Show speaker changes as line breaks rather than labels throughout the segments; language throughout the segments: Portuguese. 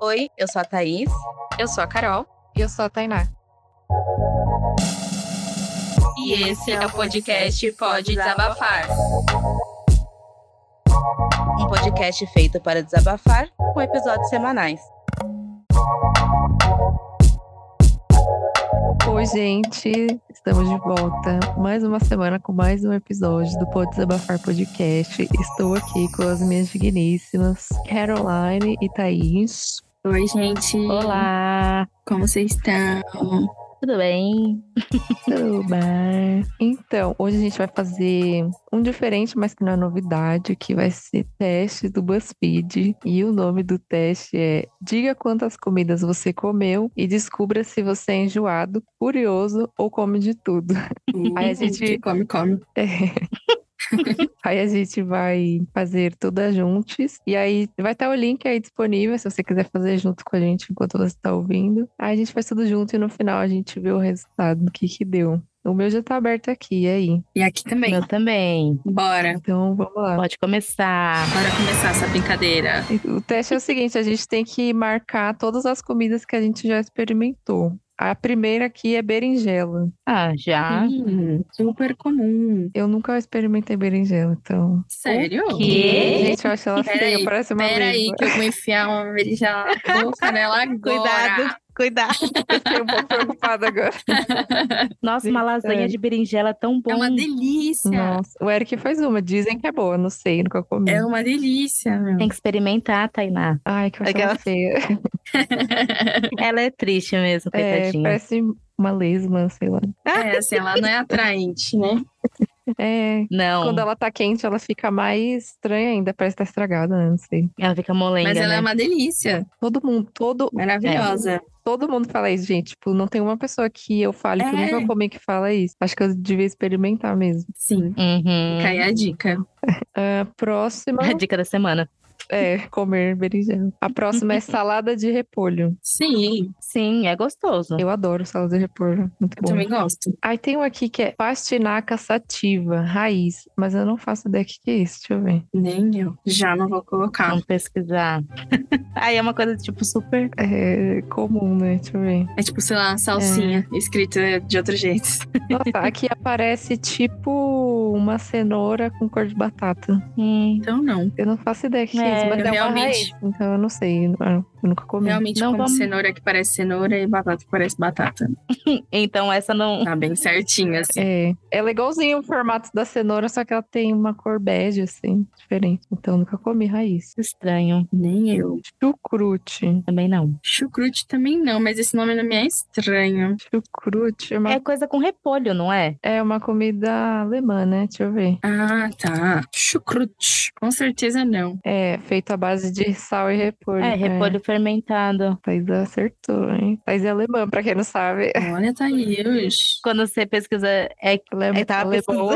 Oi, eu sou a Thaís.
Eu sou a Carol.
E eu sou a Tainá.
E esse é o podcast Pode Desabafar. Um podcast feito para desabafar com episódios semanais.
Oi, gente, estamos de volta. Mais uma semana com mais um episódio do Pode Desabafar Podcast. Estou aqui com as minhas digníssimas Caroline e Thaís.
Oi, gente.
Olá!
Como vocês estão?
Tudo bem?
Tudo bem? Então, hoje a gente vai fazer um diferente, mas que não é novidade, que vai ser teste do BuzzFeed. E o nome do teste é Diga quantas comidas você comeu e descubra se você é enjoado, curioso ou come de tudo. Aí a gente-
come, come.
Aí a gente vai fazer todas juntas. E aí vai estar o link aí disponível, se você quiser fazer junto com a gente enquanto você está ouvindo. Aí a gente faz tudo junto e no final a gente vê o resultado, o que que deu. O meu já tá aberto aqui, e aí?
E aqui também.
Eu também.
Bora.
Então vamos lá.
Pode começar.
Bora começar essa brincadeira.
O teste é o seguinte: a gente tem que marcar todas as comidas que a gente já experimentou. A primeira aqui é berinjela.
Ah, já.
Hum, super comum.
Eu nunca experimentei berinjela, então.
Sério?
Que?
Gente, eu acho ela
Pera
feia,
aí,
parece uma
Pera aí
língua.
que eu vou enfiar uma berinjela na boca nela agora.
Cuidado, cuidado.
Eu tô preocupada agora.
Nossa, uma lasanha de berinjela tão bom.
É uma delícia.
Nossa, o Eric faz uma, dizem que é boa, não sei, nunca comi.
É uma delícia, meu.
Tem que experimentar, Tainá.
Ai, que eu acho ela
Aquela-
feia.
Ela é triste mesmo,
É,
coitadinha.
parece uma lesma, sei lá.
É, assim, ela não é atraente, né?
É,
Não,
quando ela tá quente, ela fica mais estranha ainda, parece que tá estragada, né? Não sei.
ela fica molenga,
Mas ela
né?
é uma delícia.
Todo mundo, todo,
Maravilhosa.
todo mundo fala isso, gente. Tipo, não tem uma pessoa que eu fale, que eu
É.
nunca comi que fala isso. Acho que eu devia experimentar mesmo.
Sim.
Uhum.
Fica aí a dica.
Ah, próxima
A dica da semana.
é comer berinjela. A próxima é salada de repolho.
Sim,
Sim, é gostoso.
Eu adoro salada de repolho, muito
eu
bom.
também gosto.
Aí tem um aqui que é pastinaca sativa, raiz. Mas eu não faço ideia o que, que é isso, deixa eu ver.
Nem eu. Já não vou colocar.
Vamos pesquisar. Aí é uma coisa, tipo, super...
É comum, né? Deixa eu ver.
É tipo, sei lá, salsinha
É.
escrita de outro jeito.
Nossa, tá, aqui aparece tipo uma cenoura com cor de batata.
Hum,
Então não.
Eu não faço ideia o que, que
É,
é isso, mas
eu
é uma
realmente-
raiz. Então eu não sei, eu eu nunca comi.
Realmente,
Não
como
vamos-
cenoura que parece cenoura e batata que parece batata.
Então essa não...
Tá bem certinho, assim.
É, ela é igualzinho o formato da cenoura, só que ela tem uma cor bege, assim, diferente. Então eu nunca comi raiz.
Estranho.
Nem eu.
Chucrute.
Também não.
Chucrute também não, mas esse nome não me é estranho.
Chucrute é uma,
É coisa com repolho, não é?
é uma comida alemã, né? Deixa eu ver.
Ah, tá. Chucrute. Com certeza não.
É, feito à base de sal e repolho.
É, repolho fermentado.
Thaís acertou, hein? Thaís é alemã, pra quem não sabe.
É.
Olha, Thaís.
Quando você pesquisa, é que
Ela
tá
eu tava pesquisando.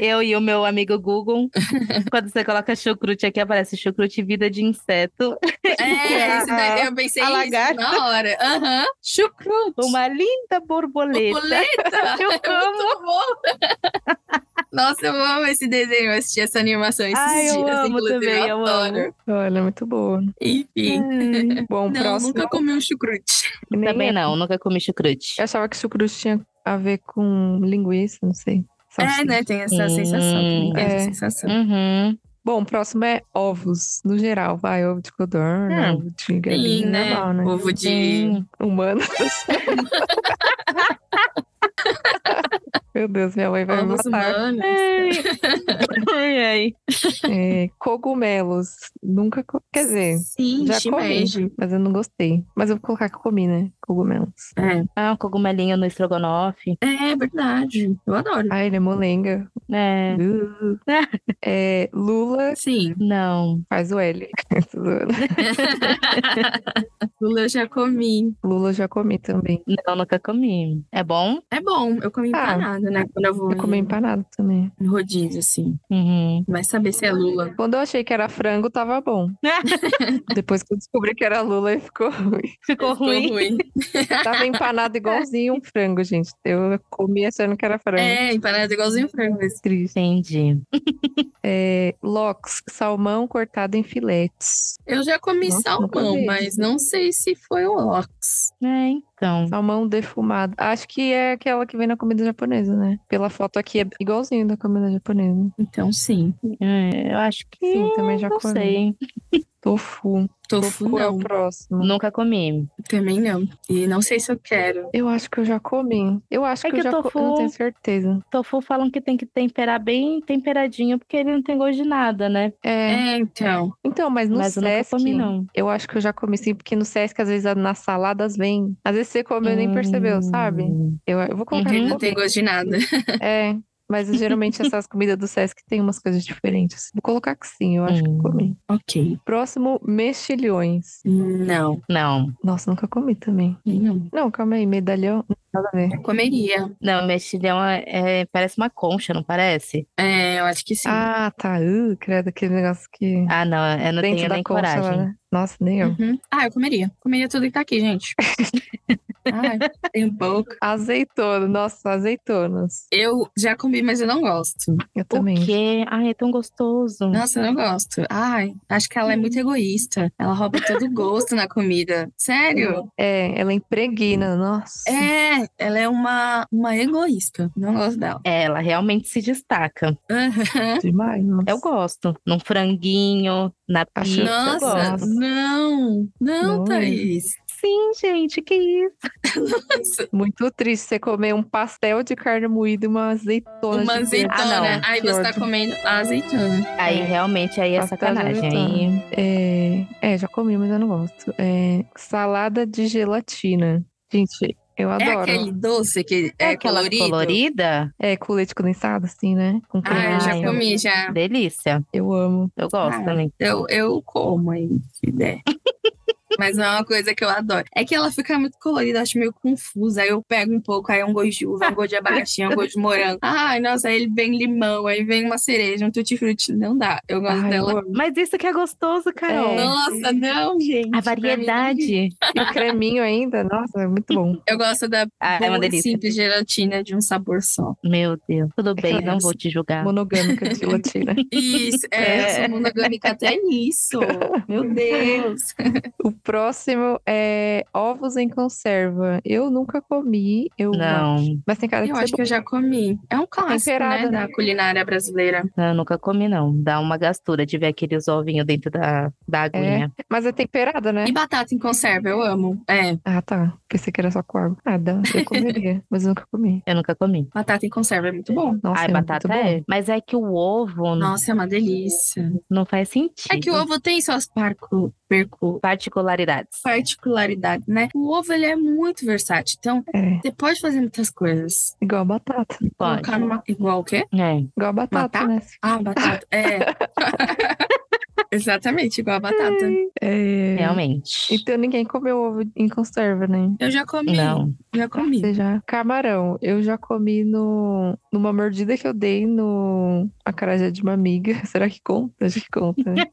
eu e o meu amigo Google. Quando você coloca chucrute aqui, aparece chucrute vida de inseto.
É, esse daí eu pensei
A
nisso
lagarta.
na hora. Aham. Chucrute.
Uma linda borboleta.
Boleta.
Eu amo.
Muito bom. Nossa, eu amo esse desenho. Eu assisti essa animação esses
Ai, eu
dias,
amo
inclusive.
também, eu
adoro.
Olha, é muito boa.
Enfim.
Bom,
Não,
próximo.
nunca comi um chucrute.
Nem
Também
eu.
não, nunca comi chucrute.
Eu achava que chucrute tinha a ver com linguiça, não sei.
É,
Salsicha.
né? Tem essa
Hum,
sensação também. Tem
é.
essa sensação.
Uhum.
Bom, próximo é ovos, no geral. Vai, ovo de codorna,
Hum.
ovo de galinha,
Sim, né?
normal, né?
Ovo de.
Sim.
Humano. Meu Deus, minha mãe vai me
Ovos
matar.
humanos.
É. Ai, ai.
É, cogumelos. Nunca. co- Quer dizer,
Sim,
já
shimeji.
comi, mas eu não gostei. Mas eu vou colocar que eu comi, né? Cogumelos.
É.
Ah, um cogumelinho no estrogonofe.
é verdade. Eu adoro.
Ah, ele é molenga.
É.
Uh. É, Lula
Sim.
Não.
faz o L. Tô zoando.
Lula eu já comi.
Lula eu já comi também.
Não, nunca comi. É bom?
É bom, eu comi
Ah.
empanada, né? Quando eu vou
Eu comi
em
empanado também.
em rodízio, assim.
Uhum.
Vai saber se é Lula.
Quando eu achei que era frango, tava bom. Depois que eu descobri que era lula, aí ficou ruim.
Ficou ruim.
Ficou ruim.
Tava empanado igualzinho um frango, gente. Eu comi achando que era frango.
É, empanada igualzinho frango. mesmo.
Triste.
Entendi.
É, lox, salmão cortado em filetes.
Eu já comi
Nossa, nunca
salmão,
vi.
mas não sei se foi o Ox.
É, então.
Salmão defumado. Acho que é aquela que vem na comida japonesa, né? Pela foto aqui é igualzinho da comida japonesa.
Então, sim.
É, eu acho que.
Sim, também já
Não
comi.
sei, hein?
Tofu.
Tofu
é
não,
o próximo.
Nunca comi.
também não. E não sei se eu quero.
Eu acho que eu já comi. Eu acho
É
que,
que
eu já
o
comi. Eu não
tofu-
tenho certeza.
Tofu falam que tem que temperar bem temperadinho, porque ele não tem gosto de nada, né?
É.
É, então.
Então, mas no
Mas eu nunca
Sesc,
comi, não.
eu acho que eu já comi sim, porque no Sesc, às vezes, nas saladas vem. Às vezes você comeu e nem percebeu, sabe?
Hum.
Eu, eu vou colocar
Uhum.
Ele
no
não tem gosto de nada.
É, mas geralmente essas comidas do Sesc tem umas coisas diferentes. Vou colocar que sim, eu acho que eu
Hum.
comi.
Ok.
Próximo, mexilhões.
Não,
Não,
Nossa, nunca comi também.
não.
Não, calma aí, medalhão, nada a ver.
Eu comeria.
não, mexilhão é, é- parece uma concha, não parece?
É, eu acho que sim.
Ah, tá, uh, credo, aquele negócio que...
Ah, não, eu não
Dentro
tenho
da
nem
coxa lá,
coragem.
né? Nossa, nem eu.
Uhum. Ah, eu comeria. Comeria tudo que tá aqui, gente. Ai, tem um pouco.
Azeitona, nossa, azeitonas.
Eu já comi, mas eu não gosto.
Eu também.
O quê? Ai, é tão gostoso.
Nossa, eu não gosto. Ai, acho que ela é muito egoísta. Ela rouba todo o gosto na comida. Sério?
É, ela impregna, nossa.
É, ela é uma, uma egoísta. Não gosto dela.
É, Ela realmente se destaca.
Aham.
Demais, nossa.
Eu gosto. Num franguinho, na
Acho-
pizza, eu
Nossa,
gosto.
não, não, é.
Não.
Thaís.
Sim, gente, que isso.
Nossa,
Muito triste você comer um pastel de carne moída e uma azeitona.
uma
gigante.
azeitona.
Ah,
não.
Aí
Que
você tá
ódio.
comendo a azeitona.
Aí, realmente, aí é
Pastel de
sacanagem. Aí,
É, é, já comi, mas eu não gosto. É, salada de gelatina. Gente, eu
É
adoro.
aquele doce que
é
é,
aquela
colorido?
colorida?
É com leite condensado, assim, né? Com creme.
Ah, eu já
Ai, eu-
comi, já.
Delícia.
Eu amo.
Eu gosto
Ah,
também.
Eu, eu como aí, se der. Mas não é uma coisa que eu adoro. É que ela fica muito colorida, acho meio confusa. Aí eu pego um pouco, aí é um gosto de uva, é um gosto de abacaxi, é um gosto de morango. Ai, nossa, aí vem limão, aí vem uma cereja, um tutti-frutti. Não dá, eu gosto
Ai,
dela.
eu amo.
Mas isso que é gostoso, Carol.
É.
Nossa, não, gente.
A
pra mim não
variedade.
E o creminho ainda, nossa, é muito bom.
Eu gosto da
Ah, é uma
boa e
delícia.
simples gelatina de um sabor só.
Meu Deus. Tudo bem,
Aquela
não vou te julgar.
Monogâmica de gelatina.
Isso, é, eu sou monogâmica até nisso. Meu Deus.
o próximo é ovos em conserva. Eu nunca comi, eu
Não,
mas tem cara de
Eu
ser
acho que eu já comi. É um clássico,
Temperado,
né, da
né?
culinária brasileira.
eu nunca comi, não. Dá uma gastura de ver aqueles ovinhos dentro da, da aguinha.
bom. Mas é temperada, né?
E batata em conserva, eu amo. É,
Ah, tá. Pensei que era só com água. Ah, dá. Eu comeria, mas eu nunca comi.
Eu nunca comi.
batata em conserva é muito bom.
Nossa,
Ai,
é muito
batata
bom.
é. Mas é que o ovo não,
Nossa, é uma delícia.
não faz sentido.
É que o ovo tem suas parco, perco,
Particularidades.
particularidades, né? O ovo, ele é muito versátil. Então,
É.
você pode fazer muitas coisas.
Igual a batata.
Pode.
Colocar numa... Igual o quê?
É.
Igual a batata,
Batata?
né?
Ah, batata. É. Exatamente, igual a batata.
É...
Realmente.
Então ninguém comeu ovo em conserva, né? Tá,
Eu já comi.
Não.
Já comi.
Você já. Camarão, eu já comi no... numa mordida que eu dei no acarajé de uma amiga. Será que conta? Acho que conta. né?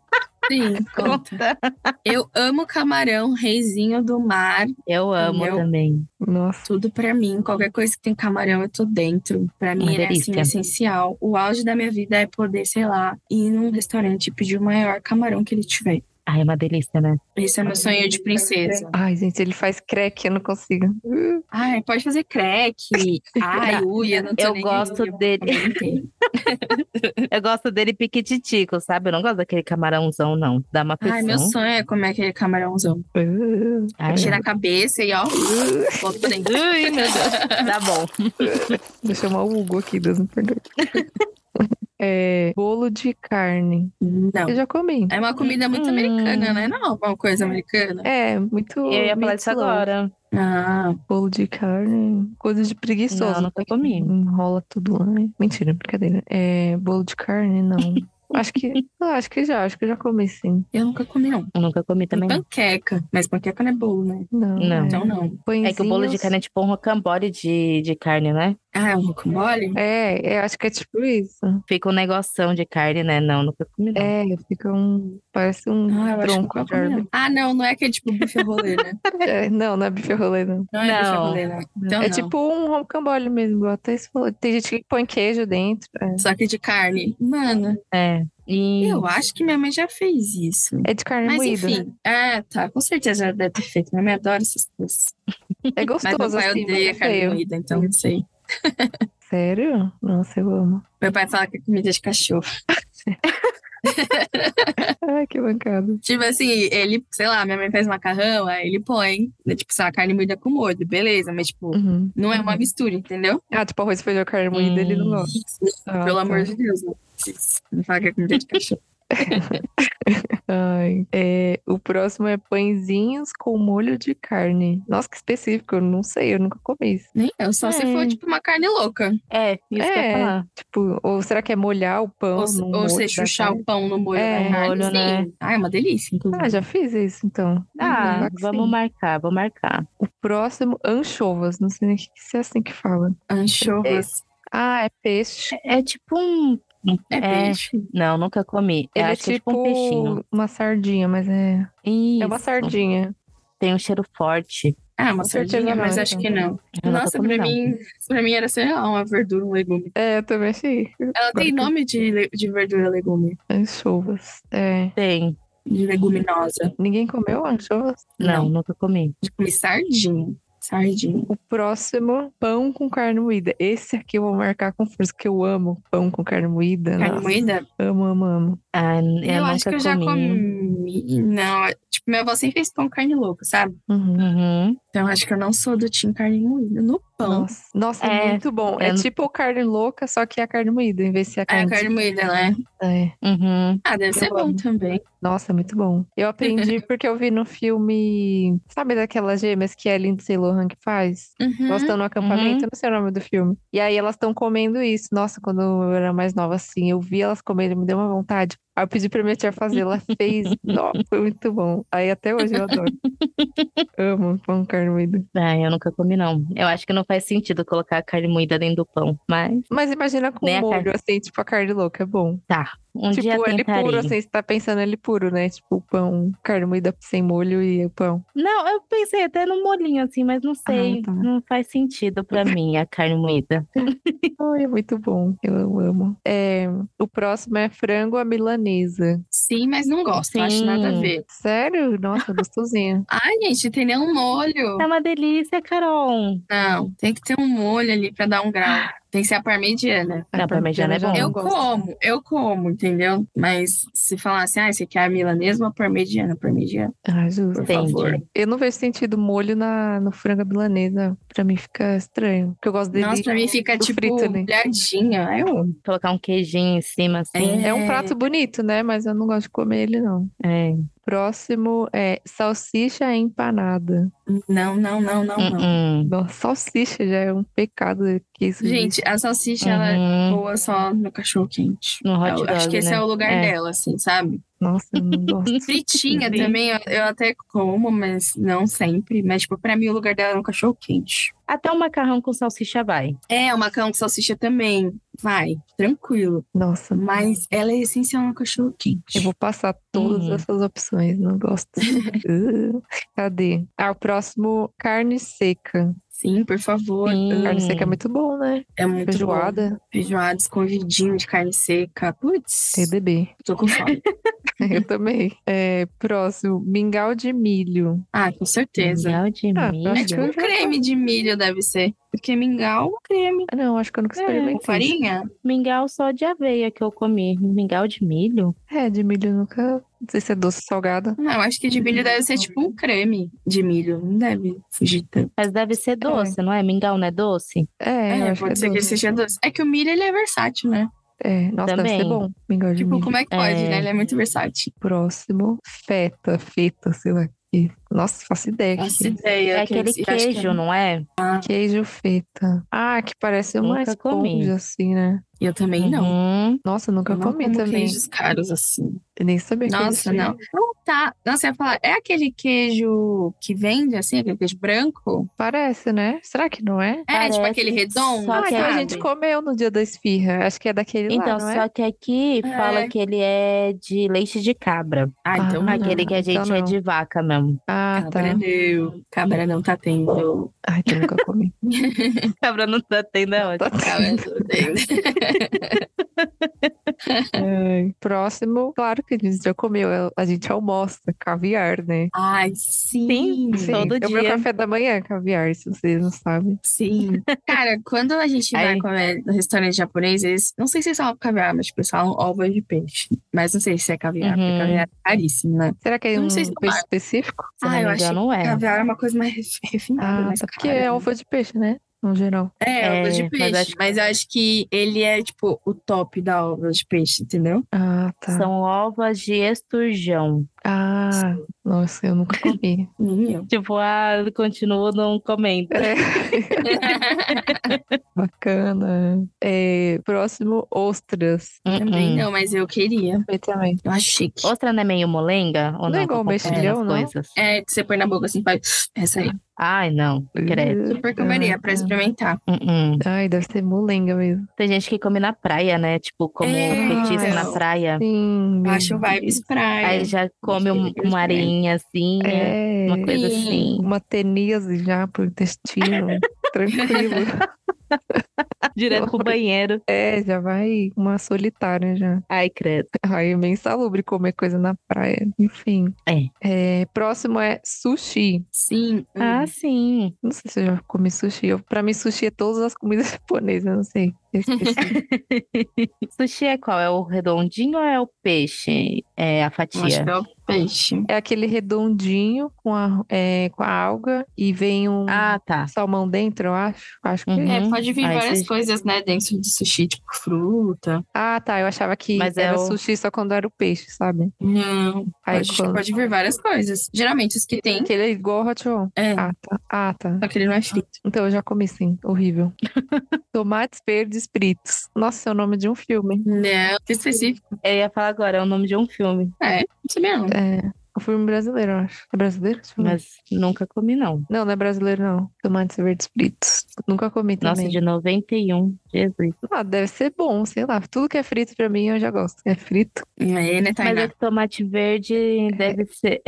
Sim, conta. Eu amo camarão, reizinho do mar.
Eu amo
Entendeu?
também.
Nossa.
tudo pra mim. Qualquer coisa que tem camarão, eu tô dentro. Pra mim,
Uma
ele é assim,
delícia.
essencial. O auge da minha vida é poder, sei lá, ir num restaurante e pedir o maior camarão que ele tiver.
Ai, é uma delícia, né?
Esse é meu sonho de princesa.
Ai, gente, ele faz creque, eu não consigo. Uh,
Ai, pode fazer creque. Ai, uia, não tô
Eu
nem
gosto
aí.
dele.
Eu comentei.
Eu gosto dele piquititico, sabe? Eu não gosto daquele camarãozão, não. Dá uma pressão.
Ai, meu sonho é comer aquele camarãozão.
uh,
Ai,
Tira a cabeça e ó, bota dentro.
Ui, meu Deus. Tá bom.
Vou chamar o Hugo aqui, Deus me perdoe. É, bolo de carne.
Não.
Eu já comi.
É uma comida muito
Hum.
americana, né? Não, uma coisa americana.
É, muito.
Eu ia falar
meio
isso
slow.
agora.
Ah,
Bolo de carne, coisa de preguiçoso.
Não, nunca
porque
comi.
Enrola tudo lá. né? Mentira, brincadeira. É, bolo de carne, não. Acho que, ah, acho que já, acho que eu já comi sim.
Eu nunca comi, não.
Eu nunca comi também. não.
Panqueca. Mas panqueca não é bolo, né?
Não.
Não.
é.
Então não.
É que o bolo de
Pãezinhos-
carne é tipo um rocambole de, de carne, né?
Ah, é um rocambole?
É, é, acho que é tipo isso.
Fica um negoção de carne, né? Não, nunca comi não.
É, fica um. Parece um
Ah, eu acho que
tronco
nunca
de
comi, não.
árvore.
Ah, não, não é que é tipo bife rolê, né?
É, não, não é bife rolê, não.
Não é bife
Não.
rolê, né? Então
é
não.
tipo um rocambole mesmo, igual até você falou. Tem gente que põe queijo dentro. É,
Só que de carne. Mano,
É. E
eu acho que minha mãe já fez isso.
É de carne
Mas
moída. né?
enfim, é, tá, com certeza ela deve ter feito. Minha mãe adora essas coisas.
É
Mas
gostoso
meu pai
assim, mas
odeia
é
carne
feio.
moída, então não sei.
Sério? Nossa, eu amo.
Meu pai fala que é comida de cachorro.
Ai, que bancada.
Tipo assim, ele, sei lá, minha mãe faz macarrão, aí ele põe, né, tipo, sei lá, carne moída com molho, beleza, mas tipo,
Uhum.
não é uma mistura, entendeu?
Ah, tipo arroz, feijão, carne moída, ele não
Hum.
gosta. Ah,
Pelo
tá.
amor de Deus, não. Não fala que é comida de cachorro.
Ai, é, o próximo é pãezinhos com molho de carne. Nossa, que específico, eu não sei, eu nunca comi isso.
Nem eu, só se for,
É.
tipo, uma carne louca.
É, isso que eu ia
É.
falar.
Tipo, ou será que é molhar o pão
Ou,
no
ou
molho
você
da
chuchar
carne?
o pão no molho
É,
da carne.
molho,
sim.
né?
Ah, é uma delícia, inclusive.
Ah, já fiz isso então.
Ah,
Uhum.
Será que
vamos
sim?
marcar, vou marcar.
O próximo, anchovas. Não sei nem se é assim que fala.
Anchovas.
Ah, é peixe.
É, é tipo um.
É,
É.
peixe.
Não, nunca comi. Eu
Ele é
acho que é tipo um peixinho.
uma sardinha, mas é.
Isso.
É uma sardinha.
Tem um cheiro forte.
Ah, uma
Com certeza
sardinha,
não,
mas
então.
acho que não.
Eu nunca
Nossa,
comi,
pra
não.
mim, pra mim era, sei lá, uma verdura, um legume.
É, eu também achei.
Ela tem nome de, le- de verdura legume,
Anchovas. É.
Tem.
de leguminosa.
Ninguém comeu anchovas?
Não,
Não.
nunca comi.
De comer sardinha. Sardinha.
O próximo, pão com carne moída. Esse aqui eu vou marcar com força, que eu amo pão com carne moída.
Carne
Nossa,
moída?
Amo, amo, amo.
Ah, eu,
eu
nunca
acho que eu já comi. Não, é- tipo, minha avó sempre fez pão com carne louca, sabe?
Uhum.
Uhum.
Então acho que eu não sou do time carne moída. No pão.
Nossa, nossa, é
É,
muito bom. É
eu não-
tipo carne louca, só que é a carne moída, em vez de ser a
Ah,
carne.
carne moída, né?
É.
Uhum.
Ah, deve
Eu
ser bom
amo.
também.
Nossa, muito bom. Eu aprendi porque eu vi no filme. Sabe daquelas gêmeas que a Lindsay Lohan que faz?
Uhum.
Elas estão no acampamento, eu não sei o nome do filme. E aí elas estão comendo isso. Nossa, quando eu era mais nova, assim, eu vi elas comendo, me deu uma vontade. Aí eu pedi pra minha tia fazer, ela fez. Nossa, foi muito bom. Aí até hoje eu adoro. Amo pão carne moída.
Ah, eu nunca comi, não. Eu acho que não faz sentido colocar a carne moída dentro do pão. Mas
Mas imagina com
Né, a
molho,
carne-
assim, tipo a carne louca, é bom.
um
tipo,
dia
ele
tentarei.
puro, assim, você tá pensando ele puro, né? Tipo, pão, carne moída sem molho e pão.
Não, eu pensei até no molinho, assim, mas não sei.
tá.
Não faz sentido pra mim a carne moída.
Ai, é muito bom. Eu amo. É, o próximo é frango à milanesa.
Sim, mas não gosto. Não acho
Sim.
nada a ver.
Sério? Nossa, gostosinho.
Ai, gente, tem nenhum molho.
É uma delícia, Carol.
Não, tem que ter um molho ali pra dar um grau. Tem que ser a parmegiana.
Não,
A
parmegiana é
Ah, já
bom.
não
Eu
gosto.
como, eu como, entendeu? Mas se falar assim, ah, você quer a milanesa ou a parmegiana? Parmegiana,
Ah, justo.
por
Entendi.
favor.
Eu não vejo sentido molho na, no frango à milanesa. Pra mim fica estranho. Porque eu gosto dele.
Nossa, pra mim fica
do
tipo
frito, né?
molhadinha. Ai, eu amo.
Colocar um queijinho em cima, assim.
É um prato bonito, né? Mas eu não gosto de comer ele, não.
É.
Próximo é salsicha empanada.
Não, não, não, não, não.
Hum, hum.
Nossa, salsicha já é um pecado que isso
Gente, a salsicha, ela é
Uhum.
boa só no cachorro quente.
No hot
Eu acho
dog,
que esse
né?
é o lugar
É.
dela, assim, sabe?
Nossa, eu não gosto.
Fritinha
Sim.
também, eu, eu até como, mas não sempre. Mas, tipo, pra mim o lugar dela é no cachorro quente.
Até o macarrão com salsicha vai.
É, o macarrão com salsicha também. Vai, tranquilo.
Nossa,
Mas ela é essencial no cachorro quente.
Eu vou passar todas
Uhum.
essas opções, não gosto. Uh, Cadê? Ah, o próximo, carne seca.
Sim, por favor.
Sim.
Carne seca é muito bom, né?
É muito bom.
Feijoada,
Feijoada, escondidinho de carne seca. Putz,
TDB.
tô com fome.
Eu também. É, próximo, mingau de milho.
Ah, com certeza.
Mingau de
Ah,
milho.
acho
É tipo um creme de milho, deve ser. Porque mingau, é um creme.
Ah, Não, acho que eu nunca
É,
Com
experimentei.
farinha?
Mingau só de aveia que eu comi. Mingau de milho?
É, de milho eu nunca. Não sei se é doce ou salgado.
Não, Ah, acho que de milho deve ser tipo um creme de milho. Não deve fugir tanto.
Mas deve ser doce, não é? Mingau não é doce?
É, eu
É,
acho
pode
que é
ser que ele
doce.
seja doce. É que o milho, ele é versátil, né?
É, nossa, deve ser
Também.
bom. Mingau de
Tipo,
milho.
como é que pode,
É.
né? Ele é muito versátil.
Próximo, feta, feta, sei lá. que Nossa, faço ideia. que
Faço ideia.
É
que
aquele
esse- acho que
queijo, não é?
Queijo feta. Ah, que parece uma
Nunca
esponja,
comi.
assim, né?
é- Eu também não.
Uhum.
Nossa, eu nunca
Eu não
comi
como
também.
queijos caros assim.
Eu nem sabia que
Nossa,
existia.
não. Não tá. Nossa, eu ia falar, é aquele queijo que vende, assim, aquele queijo branco?
Parece, né? Será que não é?
É, tipo
Parece,
aquele redondo.
só
Ah,
que
então a
é-
gente comeu no dia da esfirra. Acho que é daquele lá,
Então,
não é?
só que aqui
É.
fala que ele é de leite de cabra.
Ah, então.
Ah,
não.
Aquele que a gente
então
é
não.
de vaca mesmo.
Ah, tá.
Cabra não. Cabra não tá tendo.
Ai, que eu nunca comi.
Cabra não tá tendo, é
Tá
ótimo.
Cabra não tem.
Ai. Próximo, claro que a gente já comeu. é- A gente almoça caviar, né?
Ai, sim.
Sim,
Sim,
Todo
é o meu
dia.
café da manhã, caviar, se vocês não sabem.
Sim. Cara, quando a gente vai
Aí.
comer no restaurante japonês, eles. Não sei se eles falam caviar, mas tipo, eles falam ovos de peixe. Mas não sei se é caviar, porque
Uhum.
caviar é caríssimo, né?
Será que é
Eu
um
não sei se
peixe específico?
Se não
Ah, eu
me
achei
engano, não é.
Caviar é uma coisa mais ref- refinada,
Ah,
mais
tá. Porque
cara,
é
né?
ovo de peixe, né? No geral.
É,
É,
ovos de
mas
peixe. Mas,
acho que-
eu acho que ele é, tipo, o top da ovos de peixe, entendeu?
Ah, tá.
São ovas de esturjão.
Ah, nossa, eu nunca comi.
Nem eu.
Tipo, ah, ele continua não comendo.
Bacana. É, próximo, ostras.
É, Também né?
Hum, hum.
não, mas eu queria.
Eu também.
Eu acho chique.
Ostra não é meio molenga? Ou não,
Não é
Tô
igual ao
confundindo
mexilhão,
as
não?
coisas.
É, que você põe na boca assim, faz. Essa aí.
Ai, não. Credo.
Super comeria
Ah.
pra experimentar.
Hum, hum.
Ai, deve ser molenga mesmo.
Tem gente que come na praia, né? Tipo, come
É,
um petisco
ai,
na praia.
Sim. meu
Acho vibes praia.
Hum. Aí já come
Gostei
um,
daquele
uma
também.
areinha assim, né?
É,
uma coisa
é. Sim.
assim.
uma teníase já pro intestino. Tranquilo.
Direto pro banheiro.
É, já vai uma solitária já.
Ai, credo.
Ai, é bem insalubre comer coisa na praia. Enfim. É, próximo é sushi.
Sim.
Ah, sim.
Não sei se eu já comi sushi. Eu, pra mim, sushi é todas as comidas japonesas. Eu não sei. Eu esqueci.
Sushi é qual? É o redondinho ou é o peixe? É a
Eu acho
fatia?
que é o peixe.
é aquele redondinho com a, é, com a alga e vem um
Ah, tá.
salmão dentro, eu acho. Acho que.
Uhum.
É, pode vir
Aí
várias
você-
coisas, né, dentro do sushi, tipo fruta.
Ah, tá. Eu achava que
Mas é
era
o-
sushi só quando era o peixe, sabe?
Não,
Aí
acho que
quando...
pode vir várias coisas. Geralmente os que tem,
Aquele é igual hot roll.
é,
Ah, tá. Ah, tá.
só que ele não é frito.
Então eu já comi sim. Horrível. Tomates verdes fritos. Nossa, é o nome de um filme.
Não, que específico.
Eu ia falar agora, é o nome de um filme,
É, isso mesmo.
É. Um filme brasileiro, eu acho. É brasileiro? esse filme?
mas nunca comi, não.
Não, não é brasileiro, não. Tomates verdes fritos. Nunca comi
Nossa,
também.
de 91. Jesus.
Ah, deve ser bom, sei lá. Tudo que é frito pra mim eu já gosto. É frito.
É,
Tá,
né,
Mas
Tainá?
esse tomate verde deve ser.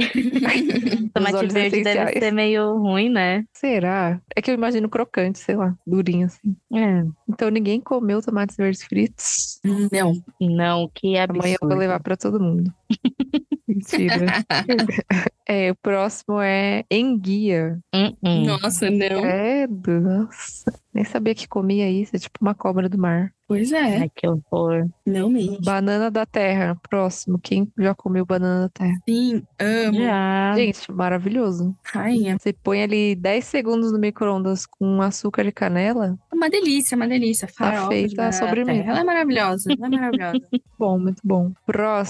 tomate
óleos
verde deve
essenciais.
ser meio ruim, né?
Será? É que eu imagino crocante, sei lá. Durinho assim.
É.
Então ninguém comeu tomates verdes fritos.
Não.
Não, que É absurdo.
Amanhã eu vou levar pra todo mundo. Mentira. É, o próximo é enguia.
Hum, hum.
Nossa, não.
Credo, nossa. Nem sabia que comia isso, é tipo uma cobra do mar.
Pois é.
né?
Ai, que horror.
Não mesmo.
Banana da terra, próximo. Quem já comeu banana da terra?
Sim, amo.
Já.
Tá Gente, maravilhoso.
Rainha.
Você põe ali 10 segundos no micro-ondas com açúcar e canela.
É Uma delícia, é uma delícia. Farofa
feita
de banana
a sobremesa.
terra. Ela é maravilhosa, ela é maravilhosa.
Bom, muito bom.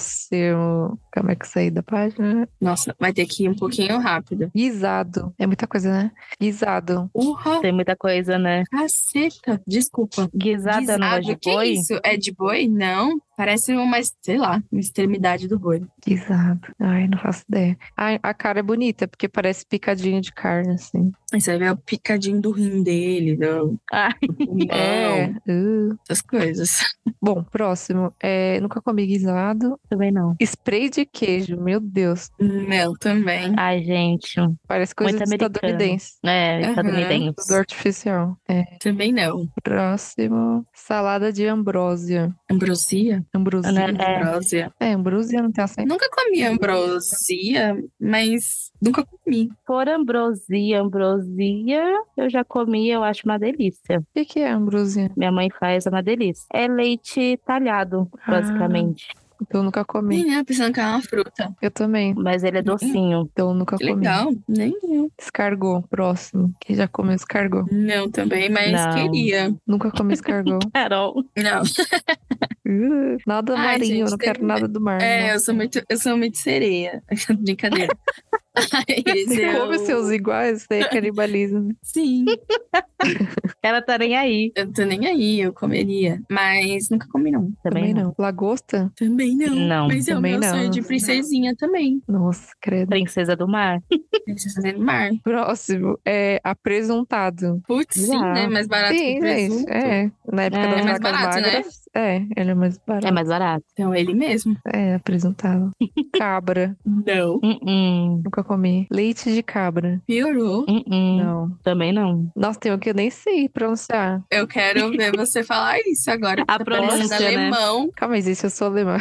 Próximo. Como é que eu saí da página?
Nossa, vai ter que ir um pouquinho rápido.
Guisado. É muita coisa, né? Guisado.
Urra,
Tem muita coisa, né?
caceta. Desculpa.
Guisada é negócio de
que
boi?
isso? É de boi? Não. Parece uma, sei lá, uma extremidade do boi.
Guisado. Ai, não faço ideia. Ai, a cara é bonita, porque parece picadinho de carne, assim.
Aí você vê o picadinho do rim dele, do
Ai.
do pulmão,
É. Uh.
essas coisas.
Bom, próximo. É, nunca comi guisado.
Também não.
Spray de queijo, meu Deus.
Não, também.
Ai, gente.
Parece coisa
Muito
de
americano.
estadunidense.
É,
Aham.
estadunidense.
Tudo artificial. É.
Também não.
Próximo. Salada de ambrósia.
Ambrosia?
Ambrosia.
É.
Ambrosia.
Né? É, ambrosia não tem acento.
Nunca comi ambrosia, mas nunca comi.
Por ambrosia, ambrosia, eu já comi, eu acho uma delícia.
O que que é ambrosia?
Minha mãe faz, é uma delícia. É leite talhado,
Ah.
basicamente.
Então eu nunca comi.
Menina, pensando que é uma fruta.
Eu também.
Mas ele é docinho.
Então eu nunca
Que
comi.
legal. Nem eu.
Escargot, próximo. Quem já comeu escargot?
Não, também, mas
Não.
queria.
Nunca comi escargot.
Carol.
Não.
Uh, nada
Ai,
marinho, eu
gente,
não quero
tem-
nada do mar.
É,
não.
eu sou muito, eu sou muito sereia. Brincadeira. Esse
Você
é
come os
o-
seus iguais, você é canibalismo.
Sim,
Ela tá nem aí.
eu não tô nem aí, eu comeria. Mas nunca comi, não.
Também, não. Lagosta?
Também não.
Não,
Mas é o
também
meu
não.
sonho de princesinha também.
Nossa, credo.
Princesa do Mar.
Princesa do mar.
Próximo é apresuntado.
Putz, sim,
Ah.
Já.
né? Mais barato que
Sim, gente.
presunto.
É. Na época
É.
das
É
mais
vacas
barato, né?
magras. É, ele é mais
É
barato.
mais barato.
Então, ele mesmo.
É, apresentado. Cabra.
Não.
Hum, hum,
Nunca comi. Leite de cabra.
Piorou.
hum, hum.
Não.
Também não.
Nossa, tem um que eu nem sei pronunciar.
Eu quero ver você falar isso agora.
A
Você
pronúncia,
parece
né?
alemão.
Calma, existe, eu sou alemã.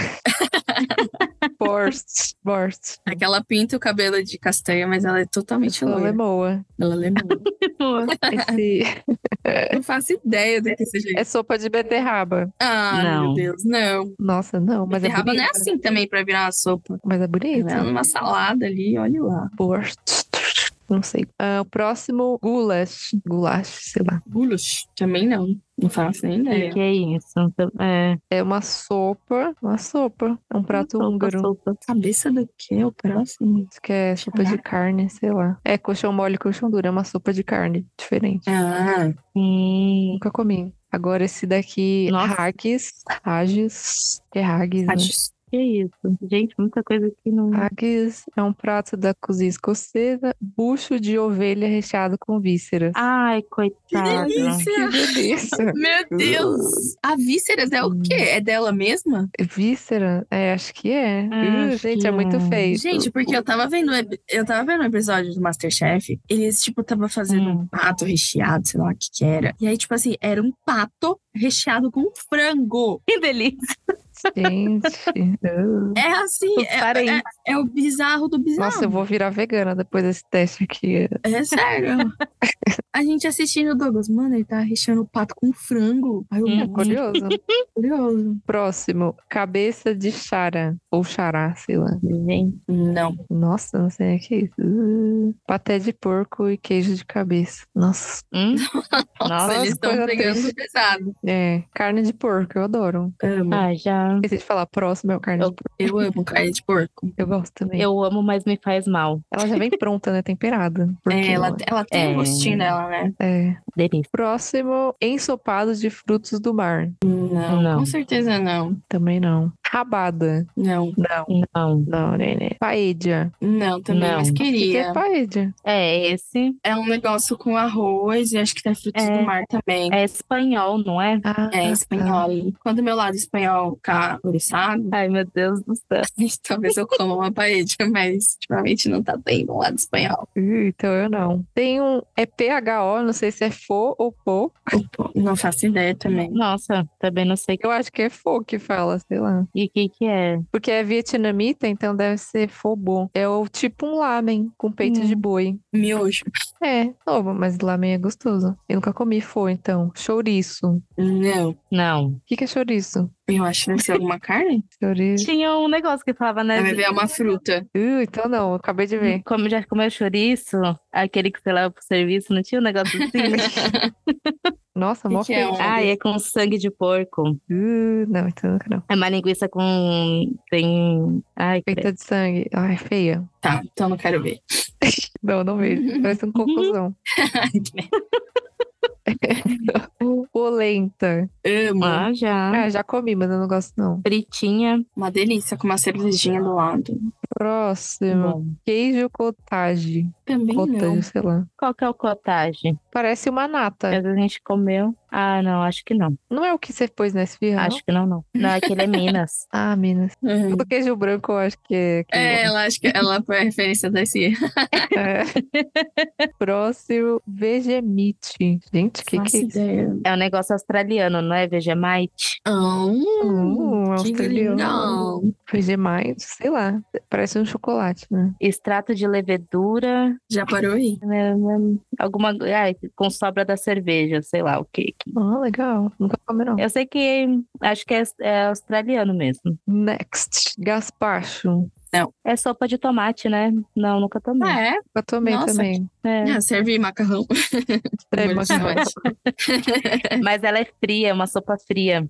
Borst. Borst.
Aquela pinta o cabelo de castanha, mas ela é
Eu
totalmente
sou
loira.
alemoa.
Ela é alemã.
assim?
É.
Esse-
Não faço ideia do que seja isso.
é sopa de beterraba.
Ah, meu
Não.
Deus, não.
Nossa, não, mas
Mas
é
Beterraba não é
bonita.
assim também pra virar uma sopa.
Mas é bonito.
Ela é numa salada ali, olha lá.
Borst. Não sei. Ah, o próximo, goulash. Goulash, sei lá.
Bulos? Também não. Não faço nem
O
ideia.
que é isso? É,
É uma sopa. Uma sopa. É um prato
sopa,
húngaro.
sopa.
Cabeça do que? O próximo?
Isso que é sopa de carne, sei lá. É colchão mole e colchão duro. É uma sopa de carne diferente.
Ah,
Hum,
Nunca comi. Agora esse daqui,
Nossa.
haggis. Haggis. É haggis, né?
Hades.
que é isso? Gente, muita coisa que não.
Haggis é um prato da cozinha escocesa, bucho de ovelha recheado com vísceras.
Ai, coitado.
que delícia!
Meu Deus! A vísceras é o quê? É dela mesma?
Víscera? É, acho que é.
Ah,
Uh,
acho
gente,
que
é muito
é.
feio.
Gente, porque eu tava vendo um ep- eu tava vendo um episódio do Masterchef, eles, tipo, tava fazendo
Hum.
um pato recheado, sei lá o que que era. E aí, tipo assim, era um pato recheado com frango.
Que delícia.
Gente. uh.
É assim,
Os
é,
parentes.
é, é o bizarro do bizarro.
Nossa, eu vou virar vegana depois desse teste aqui.
É sério. A gente assistindo o Douglas, mano, ele tá recheando o pato com frango. Aí eu
Hum.
É curioso.
Uhum. curioso.
Próximo, cabeça de chara. Ou xará, sei lá.
Gente,
Não.
Nossa, não sei o que é isso. Uh, Paté de porco e queijo de cabeça. Nossa.
hum?
Nossa,
Nossa,
eles estão
coisa
pegando
triste.
pesado.
É, carne de porco, eu adoro.
Amo.
ah, já.
Esqueci de falar, próximo é o carne de porco.
Eu amo carne de porco.
Eu gosto também.
Eu amo, mas me faz mal.
Ela já vem pronta, né? Temperada. Porque
É, ela, ela tem um
É.
gostinho dela, né?
é.
Delícia.
Próximo, ensopado de frutos do mar.
Não,
Não.
com certeza não.
Também não. Rabada.
Não,
Não.
Não.
Não, Nenê. Paedia.
não, também,
Não.
mas
O que que
queria.
é paedia?
É esse.
É um negócio com arroz e acho que tem frutos
É.
do mar também.
É espanhol, não é?
Ah,
É, espanhol. Quando meu lado espanhol ficar oriçado,
Ai, meu Deus do céu.
talvez eu coma uma parede, mas ultimamente não tá tendo um lado espanhol.
Ih, então eu não. Tem um. É PHO, não sei se é FO ou PO.
Não faço ideia também.
Nossa, também não sei o
Eu acho que é FO que fala, sei lá.
que, que, que é.
Porque é vietnamita, então deve ser FO bom. É o tipo um lamen com peito
É.
de boi.
Miojo.
É, novo, mas lamen é gostoso. Eu nunca comi FO, então. Chouriço.
Não.
Não.
O que, que é chouriço?
Eu acho que deve ser alguma carne.
Chouriço.
Tinha um negócio que falava, né?
Deve haver uma fruta.
Uh, então não, eu acabei de ver.
Como já comeu chouriço, aquele que você leva pro serviço, não tinha um negócio assim?
Nossa,
Que
mó
que é
feio.
um-
ah, é com sangue de porco.
Uh, não, então nunca não.
É uma linguiça com. Tem. Ai, credo.
Feita de sangue. Ai, feia.
Tá, então não quero ver.
Não, não vejo. Parece um conclusão. Polenta.
Amo.
Ah, já.
Ah, já comi, mas eu não gosto não.
Fritinha.
Uma delícia com uma cervejinha do lado.
Próximo.
Bom.
Queijo cottage.
Também não.
Cottage, sei lá.
Qual que é o cottage?
Parece uma nata.
Às vezes a gente comeu. Ah, não, acho que não.
Não é o que você pôs na esfirra, não?
Acho que não, não. Não, aquele é Minas.
Ah, Minas.
Uhum.
Do queijo branco, eu acho que é. que
É, ela acho que ela foi a referência da Cia.
É. Próximo, vegemite. Gente, o que, que é isso?
ideia.
É um negócio australiano, não é? Vegemite.
Hum,
que
australiano.
legal.
Vegemite, sei lá. Parece um chocolate, né?
Extrato de levedura.
Já parou aí?
né, né, Alguma ai, com sobra da cerveja, sei lá o que. que-
Ah, legal. Nunca comi, não.
Eu sei que acho que é, é australiano mesmo.
Next, gaspacho.
Não.
É sopa de tomate, né? Não, nunca tomei.
Ah, é?
Eu tomei
Nossa,
também.
É.
Ah, serve macarrão.
Serve
Molho de
macarrão.
tomate.
Mas ela é fria, é uma sopa fria.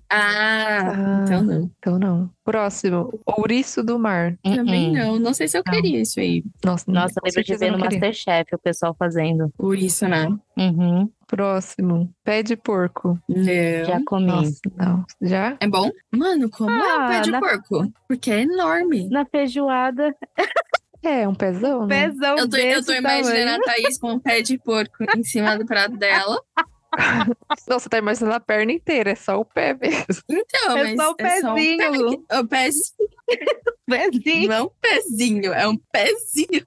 Ah,
Ah, então não.
então não. Próximo, ouriço do mar.
Também
Uh-uh.
não. Não sei se eu queria isso aí.
Nossa,
Nossa,
com
lembro de
certeza
ver
eu
no
não queria.
Masterchef o pessoal fazendo.
Por isso, né?
Uhum,
Próximo, pé de porco.
Não.
já comi.
Nossa, não. Já?
É bom? Mano, como é o pé
Ah,
de
na-
porco? Porque é enorme.
Na feijoada,
É, um pezão, né?
pesão
Eu tô, eu tô
desse tamanho.
imaginando a Thaís com um pé de porco em cima do prato dela.
Nossa, tá imaginando a perna inteira, é só o pé mesmo.
Então,
É
mas
só o pezinho.
É um pé,
Pezinho.
não é um pezinho, é um pezinho.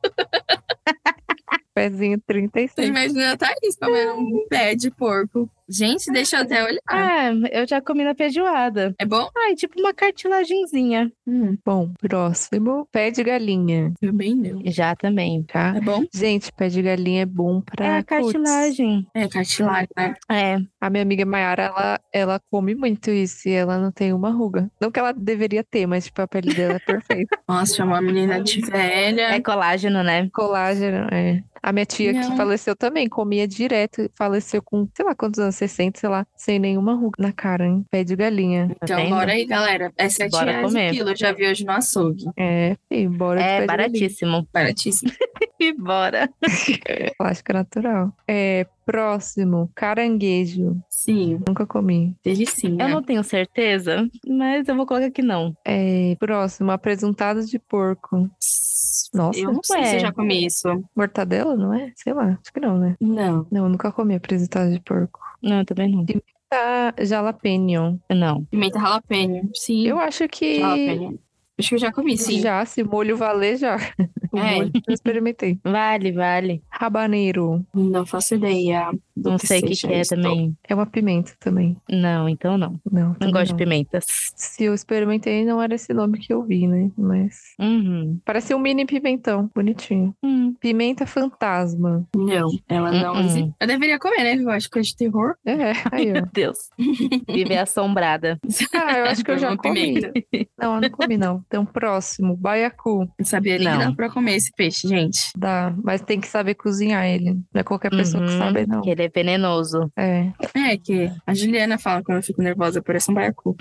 Pezinho
Tô
36.
imaginando a Thaís comendo um pé de porco. Gente, deixa eu até olhar.
Ah, eu já comi na feijoadenfeijoada.
É bom?
Ai, tipo uma cartilagenzinha.
Hum.
Bom, próximo, pé de galinha.
Também não.
Já também.
Tá?
É bom?
Gente, pé de galinha é bom pra.
Ah,
é a
cutis.
cartilagem.
É cartilagem, né?
É.
A minha amiga Mayara, ela, ela come muito isso e ela não tem uma ruga. Não que ela deveria ter, mas tipo, a pele dela é perfeita.
Nossa, chamou a menina de velha.
É colágeno, né?
Colágeno, é. A minha tia
Não.
que faleceu também, comia direto, faleceu com, sei lá quantos anos, 60, sei lá, sem nenhuma ruga na cara, hein? Pé de galinha.
Tá
Então,
vendo?
bora aí, galera. É 7
Bora
reais o
comer.
quilo. Eu já vi hoje no açougue.
É, filho, bora de pé
É
de galinha.
baratíssimo.
Baratíssimo.
E bora.
Plástica natural. É, próximo, caranguejo.
Sim,
Nunca comi.
delicinha.
Eu não tenho certeza, mas eu vou colocar que não.
É, próximo, apresentado de porco. Nossa,
Eu não sei se eu
é.
já comi isso.
mortadela, não é? Sei lá, acho que não, né?
Não.
Não, eu nunca comi apresentado de porco.
Não, eu também não.
Tá,
Hum,
jalapeno.
Não.
Pimenta jalapeno. Sim.
Eu acho que
Jalapeno. Acho que eu já comi, sim.
já, se molho valer, já. O
É.
molho eu experimentei.
Vale, vale.
Habaneiro.
Não faço ideia do
Não sei o que,
seja
que é
isso.
também.
É uma pimenta também.
Não, então não.
Não,
Não
também
gosto de pimentas.
Se eu experimentei, não era esse nome que eu vi, né? Mas
Uhum.
parece um mini pimentão, bonitinho.
Hum.
Pimenta fantasma.
Não, ela não
Uh-uh.
existe. Eu deveria comer, né? Eu acho que é de terror.
É, aí, ó.
Meu Deus. Viver assombrada.
Ah, eu acho que eu
Por
já
uma
comi.
pimenta.
Não, eu não comi, não. Então, próximo, baiacu.
Não sabia nem que
Não.
dava pra comer esse peixe, gente.
Dá, mas tem que saber cozinhar ele. Não é qualquer pessoa que
Uhum,
sabe, não.
Que ele é venenoso.
É.
É que a Juliana fala quando eu fico nervosa, parece um baiacu.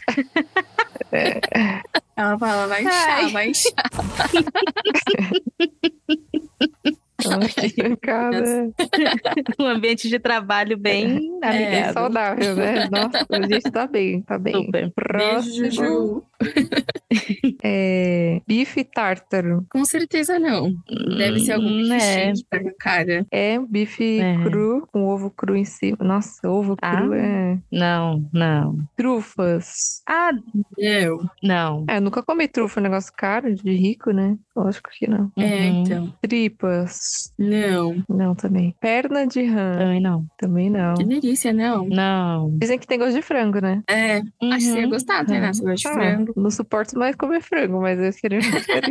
ela fala, vai inchar,
É. Ai.
vai inchar.
Então, trancada.
Um ambiente de trabalho bem
É
amigável.
saudável, né? Nossa, a gente tá bem, tá bem.
Super.
Beijo,
Próximo
Juju.
é bife tártaro.
Com certeza não. Deve ser algum
Hum, é.
bichinho que tá com cara.
É um bife
É.
cru, com ovo cru em cima. Nossa, ovo
Ah.
cru é.
Não, não.
Trufas.
Ah,
Eu.
não.
É, eu nunca comi trufa, um negócio caro, de rico, né? Lógico que não.
É,
Uhum.
então.
Tripas.
Não.
Não, também. Perna de rã.
Também não.
Também não.
Que delícia, não.
Não.
Dizem que tem gosto de frango, né?
É, acho que você ia
Uhum.
gostar, Tainá, se gosta de frango.
Ah, não suporto mais comer frango, mas eu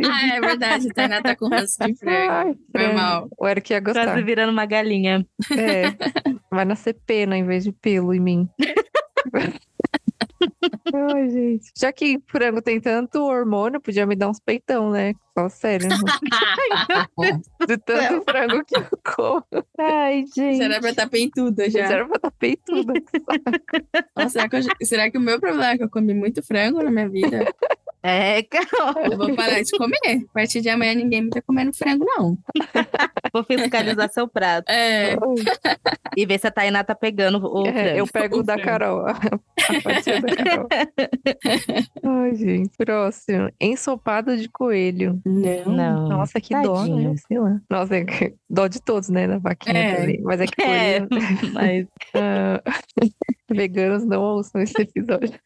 queria.
Ah, é verdade, a Tainá tá com ranço de frango.
Ai,
Foi
frango.
mal.
O Eric ia gostar.
Quase virando uma galinha.
É. Vai nascer pena em vez de pelo em mim. Ai, gente. Já que frango tem tanto hormônio, podia me dar uns peitão, né? Fala sério. De tanto frango que eu como.
Ai, gente.
Já era pra estar peituda
Já
já.
era pra estar peituda.
Nossa, será, que eu- será que o meu problema é que eu comi muito frango na minha vida?
É, Carol.
Eu vou parar de comer. A partir de amanhã ninguém me tá comendo frango, não.
Vou fiscalizar seu prato
É,
e ver se a Tainá tá pegando o
É,
frango.
eu pego o da
frango.
Carol. A fatia da Carol. Ai, gente. Próximo. Ensopado de coelho.
não.
Não.
Nossa, que dó, né?
Tadinho.
Sei lá. Nossa, é que- dó de todos, né? Da vaquinha
É.
também. Mas é que
É,
coelho,
mas
ah, veganos não ouçam esse episódio.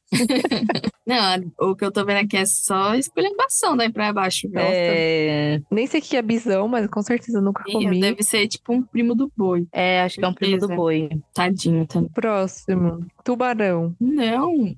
Não, o que eu tô vendo aqui é só esculhambação daí pra baixo, viu?
é,
Nem sei o que é bisão, mas com certeza eu nunca
Ih,
comi.
Deve ser tipo um primo do boi.
é, acho que é um primo do
Certeza.
boi.
Tadinho também.
Próximo. Tubarão.
Não.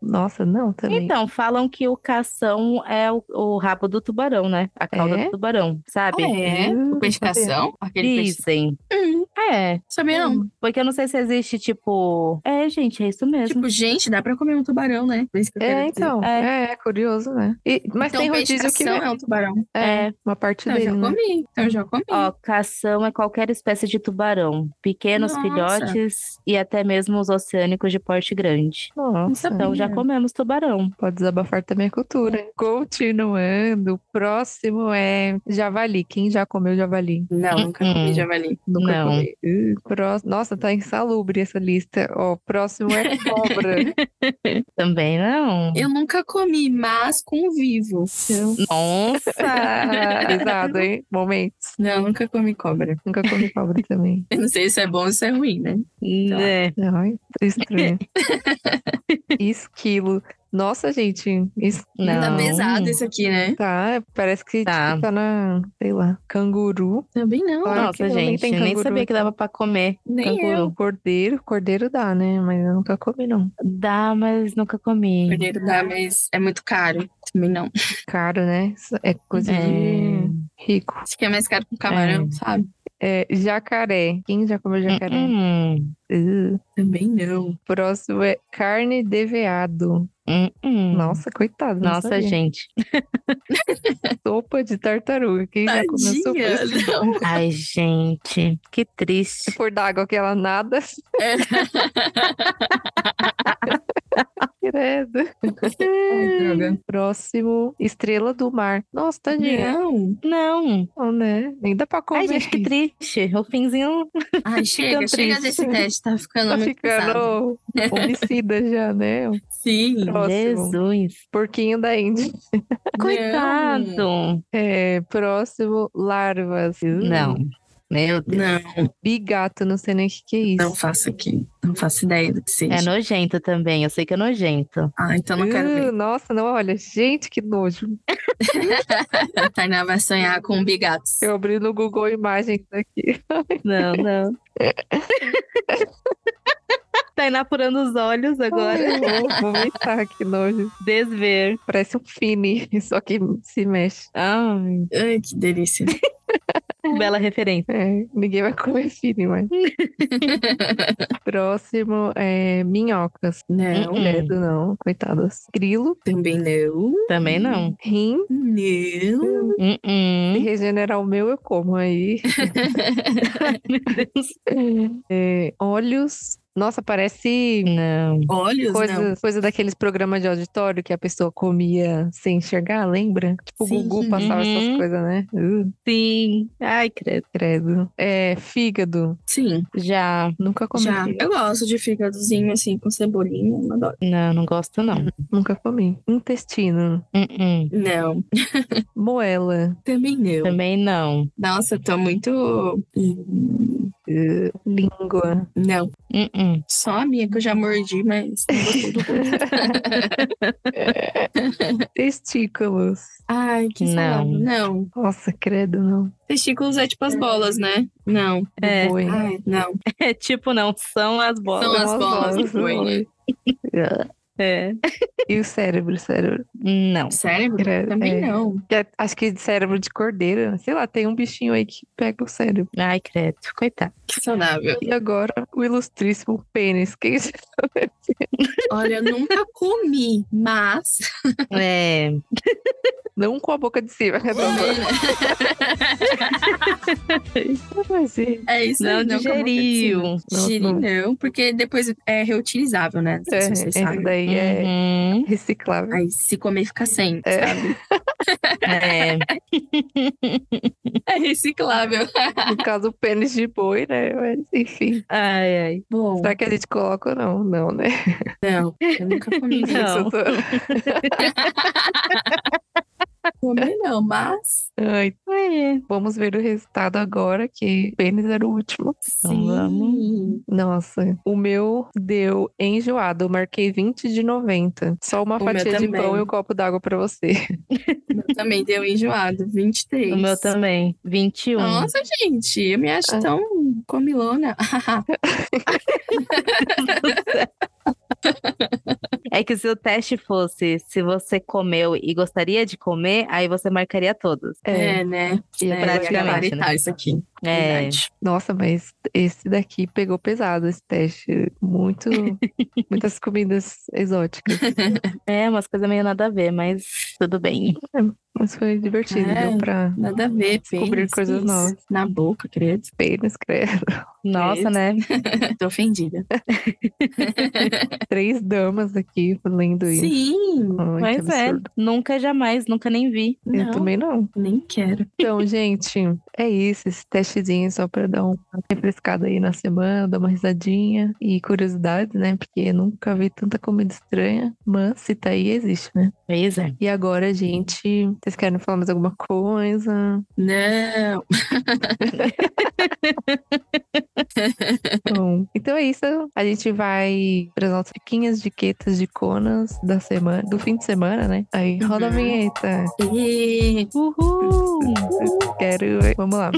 Nossa, não, também.
Então, falam que o cação é o, o rabo do tubarão, né? A cauda
É?
do tubarão, sabe?
Ah, é?
Hum,
O peixe
não sabia.
cação? Aquele peixe.
Dizem.
Hum,
É,
Sabia não.
porque eu não sei se existe, tipo. É, gente, é isso mesmo.
Tipo, gente, dá pra comer um tubarão, né? É, isso que eu quero
É,
dizer.
então. É, é curioso, né? E- mas
então,
tem rodízio que.
pescação é um tubarão.
É, uma parte
Então, eu
dele.
já
né?
comi. Então, eu já comi.
Ó, cação é qualquer espécie de tubarão, pequenos
Nossa.
filhotes e até mesmo os oceânicos de porte grande.
Nossa,
sabia.
Então já
Hum.
comemos tubarão.
pode desabafar também a cultura. hein? Continuando, o próximo é javali. Quem já comeu javali?
Não, nunca comi
Hum.
javali.
Nunca
Não.
comi. Uh, pró- Nossa, tá insalubre essa lista. Ó, próximo é cobra.
Também não.
Eu nunca comi, mas convivo. Então,
Ah,
Nossa!
Exato, hein? Momentos.
não, nunca comi cobra.
Nunca comi cobra também.
Eu não sei se é bom ou se é ruim, né?
Né?
Ai, tá estranho. Esquilo. Nossa, gente, isso
Não.
Tá pesado isso aqui, né?
tá, parece que tipo, tá.
Tá.
na, sei lá, canguru.
Também não.
Claro que
Nossa,
não, nem
gente,
tem
nem
canguru,
sabia que dava pra comer.
Nem eu.
canguru.
Cordeiro, cordeiro dá, né? Mas eu nunca comi, não.
Dá, mas nunca comi. Hum,
Cordeiro dá, mas é muito caro. Também não.
Caro, né? Isso É coisa
É.
de rico.
Acho que é mais caro que um camarão, sabe?
É, jacaré. Quem já comeu jacaré?
Hum,
Uh.
Também não.
Próximo é carne de veado.
hum, hum.
Nossa, coitado. não
Nossa,
sabia.
gente.
Sopa de tartaruga. Quem já comeu sopa?
Tadinha.
de-
Não.
Ai, gente, que triste.
Por d'água que ela nada.
É.
Credo.
Ai, droga.
Próximo, estrela do mar. Nossa, tadinha.
Não.
Não.
Não, né? Nem dá pra comer.
É. Ai, gente, que triste. O finzinho.
Ai, chega,
Ficando
chega
triste.
desse teste. Tá ficando
Tá
muito pesado.
ficando homicida já, né?
Sim.
Próximo.
Jesus.
Porquinho da Índia.
Não.
Coitado.
É, próximo, larvas. Hum,
Não. Meu Deus.
Não,
Bigato, não sei nem o que, que é isso.
não faço aqui. Não faço ideia do que seja.
É nojento também. Eu sei que é nojento.
Ah, então não quero ver.
Uh, nossa, não, olha, gente, que nojo.
A Tainá vai sonhar com um bigatos.
Eu abri no Google Imagens aqui.
Não, não. tá inapurando os olhos agora.
Ai, eu vou vomitar, que nojo.
Desver.
Parece um fini, só que se mexe.
Ai,
Ai, que delícia.
bela referência.
É, ninguém vai comer fini, mas. Próximo é minhocas.
Não,
Hum.
Credo, não, coitadas. Grilo,
também não.
Também não.
rim,
Não.
Hum,
e
hum.
regenerar o meu eu como aí.
Meu Deus.
É, olhos. Nossa, parece
Não.
Olhos, não.
coisa, coisa daqueles programas de auditório que a pessoa comia sem enxergar, lembra? Tipo, o
Sim.
Gugu passava essas
Uhum.
coisas, né? Uh,
Sim. Ai, credo.
credo. É, fígado.
Sim,
Já.
Nunca
é
comi.
já.
fígado.
Eu gosto de fígadozinho, assim, com cebolinha. Eu adoro.
Não, não gosto, não.
Nunca comi. Intestino.
Hum, hum.
Não,
Moela.
também não.
Também não.
Nossa, eu tô muito... Hum,
Uh, língua.
Não,
Hum, hum.
só a minha que eu já mordi, mas... não gostei do gosto.
Testículos.
Ai, que salada.
Não.
Não.
Nossa, credo, não.
Testículos é tipo as bolas, né? Não.
Do
É.
boi.
Ai, não.
É tipo, não. São as bolas.
São as
Nossa,
bolas do
nossa,
boi,
nossa.
né?
É.
E o cérebro, cérebro.
Não.
Cérebro?
Credo,
Também
é.
não.
Que é- Acho que de cérebro de cordeiro. Sei lá, tem um bichinho aí que pega o cérebro.
Ai, credo. Coitado.
Que saudável.
E agora, o ilustríssimo pênis. Quem já comeu?
Olha, eu nunca comi, mas...
É.
Não com a boca de cima.
É
né, Dona? Mas, é,
É isso
Não
aí, com a boca de
digeriu.
cima.
Não,
Digeri
não.
não, porque depois é reutilizável, né? Não sei se vocês
essa
sabem.
É, daí é
Uhum.
reciclável.
Aí se comer fica sem,
É.
sabe?
É.
É reciclável.
No caso, o pênis de boi, né? Mas, enfim.
Ai, ai.
Bom,
Será que a gente coloca ou não? Não, né?
não, eu nunca comi
Não.
isso.
Isso eu tô-
Também não, mas
Ai,
Ai,
vamos ver o resultado agora, que o pênis era o último.
sim.
Então, vamos.
Nossa, o meu deu enjoado. Eu marquei 20 de 90. Só uma
O meu
fatia de pão
também.
e um copo d'água pra você.
Meu também deu enjoado, 23.
O meu também. 21.
Nossa, gente, eu me acho
Ah.
tão comilona.
É que se o teste fosse se você comeu e gostaria de comer, aí você marcaria todos.
É, né?
E
É,
praticamente,
ia gabaritar
né?
isso aqui.
É.
Verdade.
Nossa, mas esse daqui pegou pesado, esse teste. Muito, muitas comidas exóticas.
É, umas coisas meio nada a ver, mas tudo bem.
Mas foi divertido,
É.
deu pra
Nada a ver,
Descobrir
pênis,
coisas
isso.
novas.
Na boca, credo.
apenas, credo.
Nossa,
Credo.
né?
Tô ofendida.
Três damas aqui lendo isso.
Sim.
Ai, que
Mas é,
absurdo.
nunca jamais, nunca nem vi.
Eu
Não.
também não.
Nem quero.
Então, gente, é isso. Esse testezinho só pra dar uma refrescada aí na semana, dar uma risadinha e curiosidade, né? Porque eu nunca vi tanta comida estranha, mas se tá aí, existe, né?
Pois é.
E agora, gente, vocês querem falar mais alguma coisa?
Não.
Bom, então é isso. A gente vai para as nossas pequenas diquetas de conas da semana, do fim de semana, né? Aí roda a
Uhum.
vinheta.
E...
Uhul!
Quero ver. Vamos lá.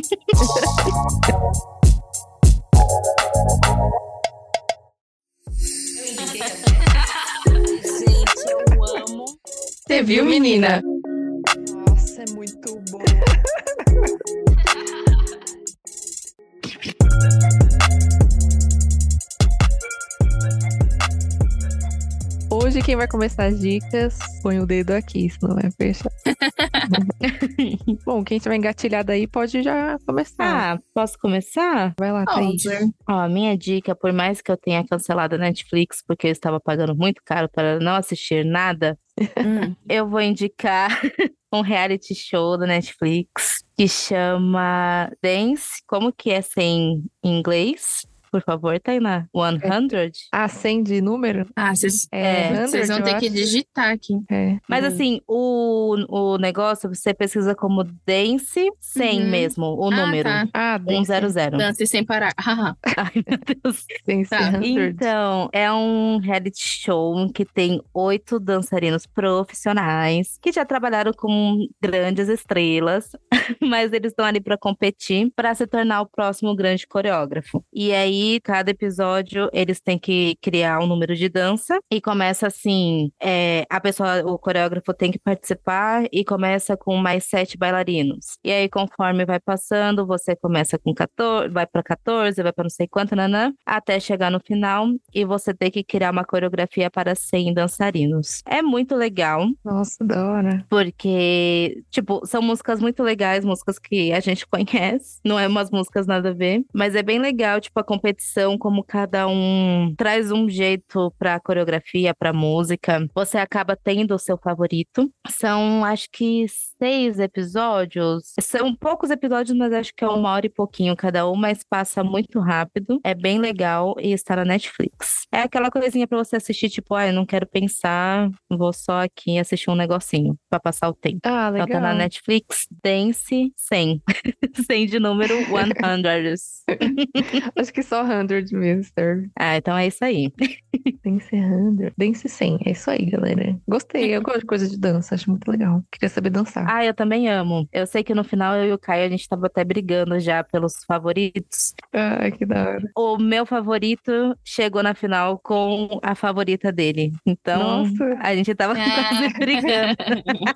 Gente, eu amo.
Você viu, menina?
Nossa, é muito bom. Hoje quem vai começar as dicas, põe o dedo aqui, senão vai fechar. Bom, quem tiver engatilhado aí pode já começar.
Ah, posso começar?
vai lá, Thaís.
Alder.
Ó, a minha dica, por mais que eu tenha cancelado a Netflix, porque eu estava pagando muito caro para não assistir nada,
Hum.
eu vou indicar um reality show da Netflix que chama Dance. Como que é sem em inglês? Por favor, Tainá. 100?
Ah, 100 de número?
Ah, vocês
É,
vocês vão
100,
ter
eu
que
acho.
digitar aqui.
É.
Mas
Hum.
assim, o, o negócio, você pesquisa como Dance 100
Uhum.
mesmo, o número. então.
Ah, tá.
Ah,
100.
Dance sem parar. Haha.
Ai, meu Deus.
Dance
Tá,
100.
Então, é um reality show que tem oito dançarinos profissionais que já trabalharam com grandes estrelas, mas eles estão ali para competir para se tornar o próximo grande coreógrafo. E aí, cada episódio, eles têm que criar um número de dança e começa assim: é, a pessoa, o coreógrafo tem que participar e começa com mais sete bailarinos. E aí, conforme vai passando, você começa com 14, vai para 14, vai para não sei quanto, nanã, até chegar no final e você tem que criar uma coreografia para 100 dançarinos. É muito legal.
então.
Nossa, da hora.
Porque, tipo, são músicas muito legais, músicas que a gente conhece, não é umas músicas nada a ver, mas é bem legal, tipo, a competição, como cada um traz um jeito pra coreografia, pra música. Você acaba tendo o seu favorito. São, acho que, seis episódios. São poucos episódios, mas acho que é uma hora e pouquinho cada um, mas passa muito rápido. É bem legal e está na Netflix. É aquela coisinha pra você assistir, tipo, ah, eu não quero pensar, Vou só aqui assistir um negocinho pra passar o tempo.
Ah,
Então tá na
legal.
Netflix, Dance 100. 100 de número 100.
Acho que só 100 mesmo serve.
ah, então é isso aí.
Dance 100. Dance 100. É isso aí, galera. Gostei. Eu gosto de coisa de dança. Acho muito legal. Queria saber dançar.
Ah, eu também amo. Eu sei que no final eu e o Caio a gente tava até brigando já pelos favoritos.
Ai, Ah, que da hora.
O meu favorito chegou na final com a favorita dele. Então
Nossa,
a gente tava
Ah.
quase brigando.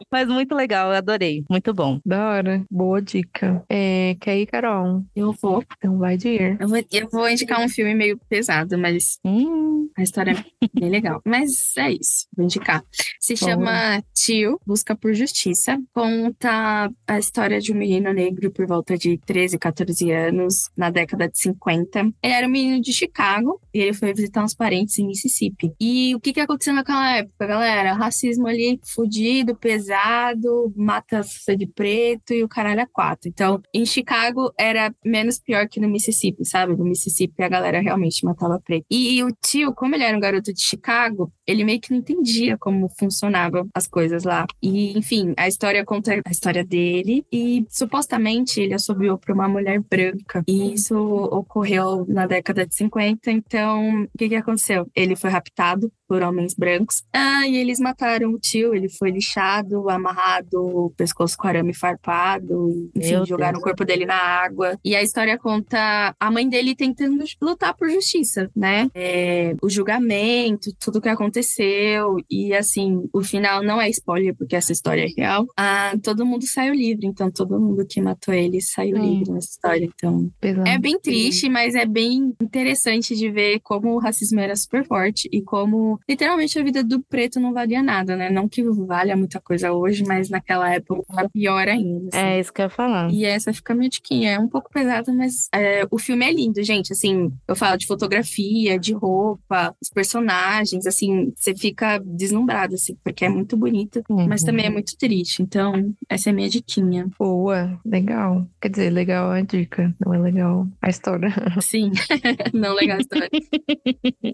Mas muito legal, eu adorei. Muito bom.
da hora. Boa dica. É, quer ir, Carol?
Eu vou.
Então vai de ir.
Eu vou, eu vou indicar um filme meio pesado, mas
Hum,
a história é bem legal. Mas é isso, vou indicar. Se
Boa.
chama Tio, Busca por Justiça. Conta a história de um menino negro por volta de 13, 14 anos, na década de 50. Ele era um menino de Chicago e ele foi visitar uns parentes em Mississippi. E o que que aconteceu naquela época, galera? Racismo ali, fudido, pesado, mata a de preto e o caralho a quatro. Então, em Chicago era menos pior que no Mississippi, sabe? No Mississippi a galera realmente matava preto. E, o tio, como ele era um garoto de Chicago, ele meio que não entendia como funcionava as coisas lá. E, enfim, a história conta a história dele e supostamente ele assobiou para uma mulher branca. E isso ocorreu na década de 50, então o que que aconteceu? Ele foi raptado por homens brancos. Ah, e eles mataram o tio, ele foi lixado, amarrado, o pescoço com arame farpado, enfim,
Meu
jogaram
Deus.
o corpo dele na água. E a história conta a mãe dele tentando lutar por justiça, né? É, o julgamento, tudo o que aconteceu. E assim, o final não é spoiler, porque essa história é real. Ah, todo mundo saiu livre, então todo mundo que matou ele saiu
Hum.
livre nessa história. Então,
Pesado.
é bem triste, mas é bem interessante de ver como o racismo era super forte e como literalmente a vida do preto não valia nada, né? Não que valha muita coisa hoje, mas naquela época era pior ainda. assim.
É isso que eu ia
Uhum.
falar.
E essa fica meio diquinha. É um pouco pesado, mas é, o filme é lindo, gente. Assim, eu falo de fotografia, de roupa, os personagens, assim, você fica deslumbrado, assim, porque é muito bonito,
Hum,
Uhum.
mas também é muito triste. Então, essa é a minha diquinha.
Boa, legal. Quer dizer, legal é a dica, não é legal a história.
Sim, não legal a história.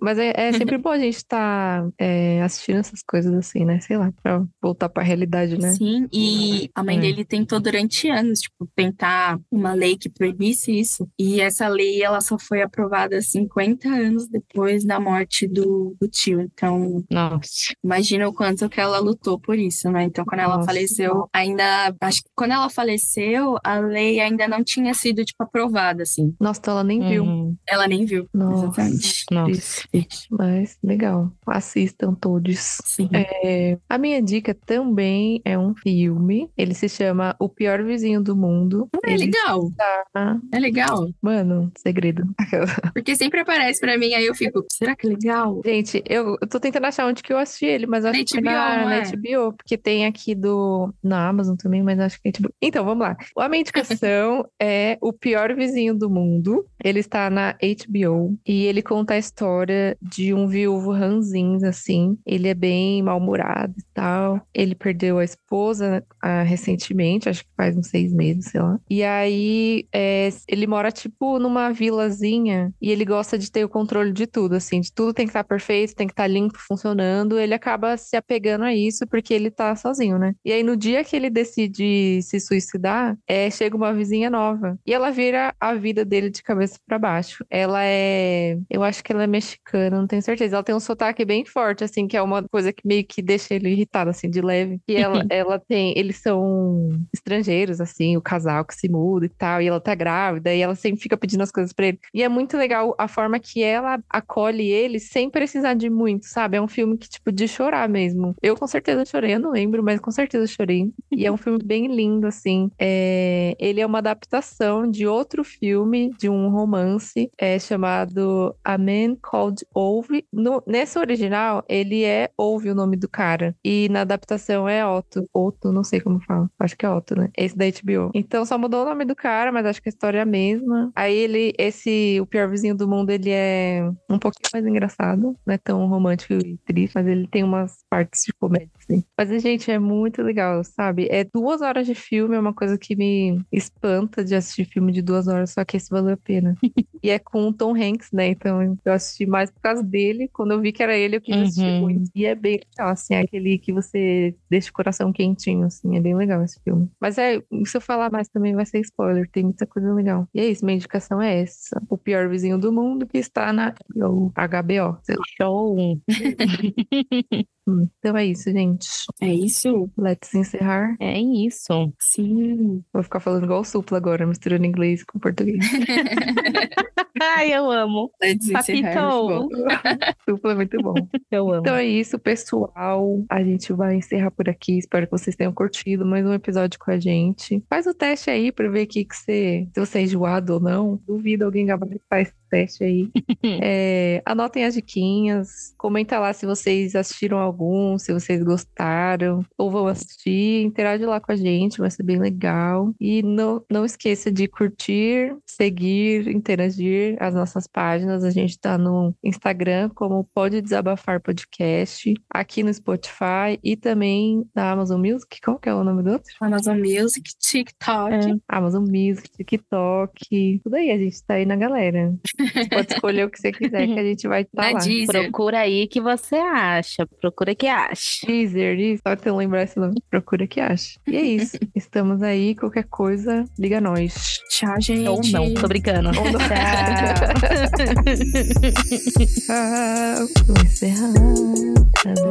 Mas é, é sempre bom a gente estar assistindo essas coisas assim, né? Sei lá, pra voltar pra realidade, né?
Sim, e a mãe
É.
dele tentou durante anos, tipo, tentar uma lei que proibisse isso. E essa lei, ela só foi aprovada 50 anos depois da morte do, do tio. Então,
Nossa.
imagina o quanto que ela lutou por isso, né? Então, quando ela
Nossa.
faleceu, ainda... Acho que quando ela faleceu, a lei ainda não tinha sido, tipo, aprovada, assim.
Nossa, então ela nem viu.
Uhum.
Ela nem viu.
Nossa,
Exatamente.
Nossa.
triste. Mas legal. Assistam todos.
Sim.
É, a minha dica também é um filme. Ele se chama O Pior Vizinho do Mundo.
É legal,
está-
é legal.
Mano, segredo.
Porque sempre aparece pra mim, aí eu fico, será que é legal?
Gente, eu, eu tô tentando achar onde que eu assisti ele, mas eu acho
Na
que foi
HBO,
na,
não
na
é?
HBO, porque tem aqui do na Amazon também, mas acho que é HBO. Então, vamos lá. A minha indicação é O Pior Vizinho do Mundo. Ele está na HBO e ele conta a história de um viúvo ranzins, assim. Ele é bem mal-humorado e tal. Ele perdeu a esposa ah, recentemente, acho que faz uns seis meses, sei lá. E aí é, ele mora, tipo, numa vilazinha e ele gosta de ter o controle de tudo, assim, de tudo tem que estar perfeito, tem que estar limpo, funcionando. Ele acaba se apegando a isso porque ele tá sozinho, né? E aí no dia que ele decide se suicidar, é, chega uma vizinha nova e ela vira a vida dele de cabeça pra baixo. Ela é, eu acho que ela é mexicana, não tenho certeza. Ela tem um sotaque bem forte, assim, que é uma coisa que meio que deixa ele irritado, assim, de leve. E ela, ela tem, eles são estrangeiros, assim, o casal que se muda e tal, e ela tá grávida, e ela sempre fica pedindo as coisas pra ele. E é muito legal a forma que ela acolhe ele sem precisar de muito, sabe? É um filme que, tipo, de chorar mesmo. Eu com certeza chorei, eu não lembro, mas com certeza chorei. E é um filme bem lindo, assim. É, Ele é uma adaptação de outro filme, de um romance, é chamado A Man Called Ove. No... Nesse original, ele é Ove o nome do cara. E na adaptação é Otto. Otto, não sei como fala. Acho que é Otto, né? Esse da HBO. Então só mudou o nome do cara, mas acho que a história é a mesma. Aí ele, esse, o pior vizinho do mundo, ele é um pouquinho mais engraçado, não é tão romântico e triste, mas ele tem umas partes de comédia, assim. Mas, gente, é muito legal, sabe? É duas horas de filme, é uma coisa que me espanta de assistir filme de duas horas, só que esse valeu a pena. e é com o Tom Hanks, né? Então eu assisti mais por causa dele. Quando eu vi que era ele, eu quis assistir
Uhum.
muito. E é bem legal, assim, é aquele que você deixa o coração quentinho, assim, é bem legal esse filme. Mas é, se eu falar mais também vai ser spoiler, tem muita coisa legal. E é isso, minha indicação é essa. O pior vizinho do mundo que está na HBO, HBO, sei lá.
Show.
Hum, Então é isso, gente.
É isso?
Let's encerrar.
É isso.
Sim.
Vou ficar falando igual o Supla agora, misturando inglês com português.
Ai, eu amo.
Let's encerrar.
Papito.
Supla é muito bom.
Eu amo.
Então é isso, pessoal. A gente vai encerrar por aqui. Espero que vocês tenham curtido mais um episódio com a gente. Faz o teste aí pra ver aqui que você, se você é enjoado ou não. Duvido alguém gabaritar esse teste aí. É, anotem as diquinhas. Comenta lá se vocês assistiram algum, se vocês gostaram ou vão assistir. Interage lá com a gente, vai ser bem legal. E não, não esqueça de curtir, seguir, interagir as nossas páginas. A gente tá no Instagram como Pode Desabafar Podcast, aqui no Spotify e também na Amazon Music. Como que é o nome do outro?
tipo, Amazon Music, TikTok.
É, Amazon Music, TikTok. Tudo aí, a gente tá aí na galera. Você pode escolher o que você quiser que a gente vai estar
Na
tá lá.
né, Deezer.
Procura aí que você acha. Procura que acha.
Deezer, Deezer, só tentando lembrar esse nome. Procura que acha. E é isso. Estamos aí. Qualquer coisa, liga nós.
Tchau, gente.
Ou não,
tá
tô brincando.
Ou não.
Tchau.
Tchau. Vou encerrar. Tá bom.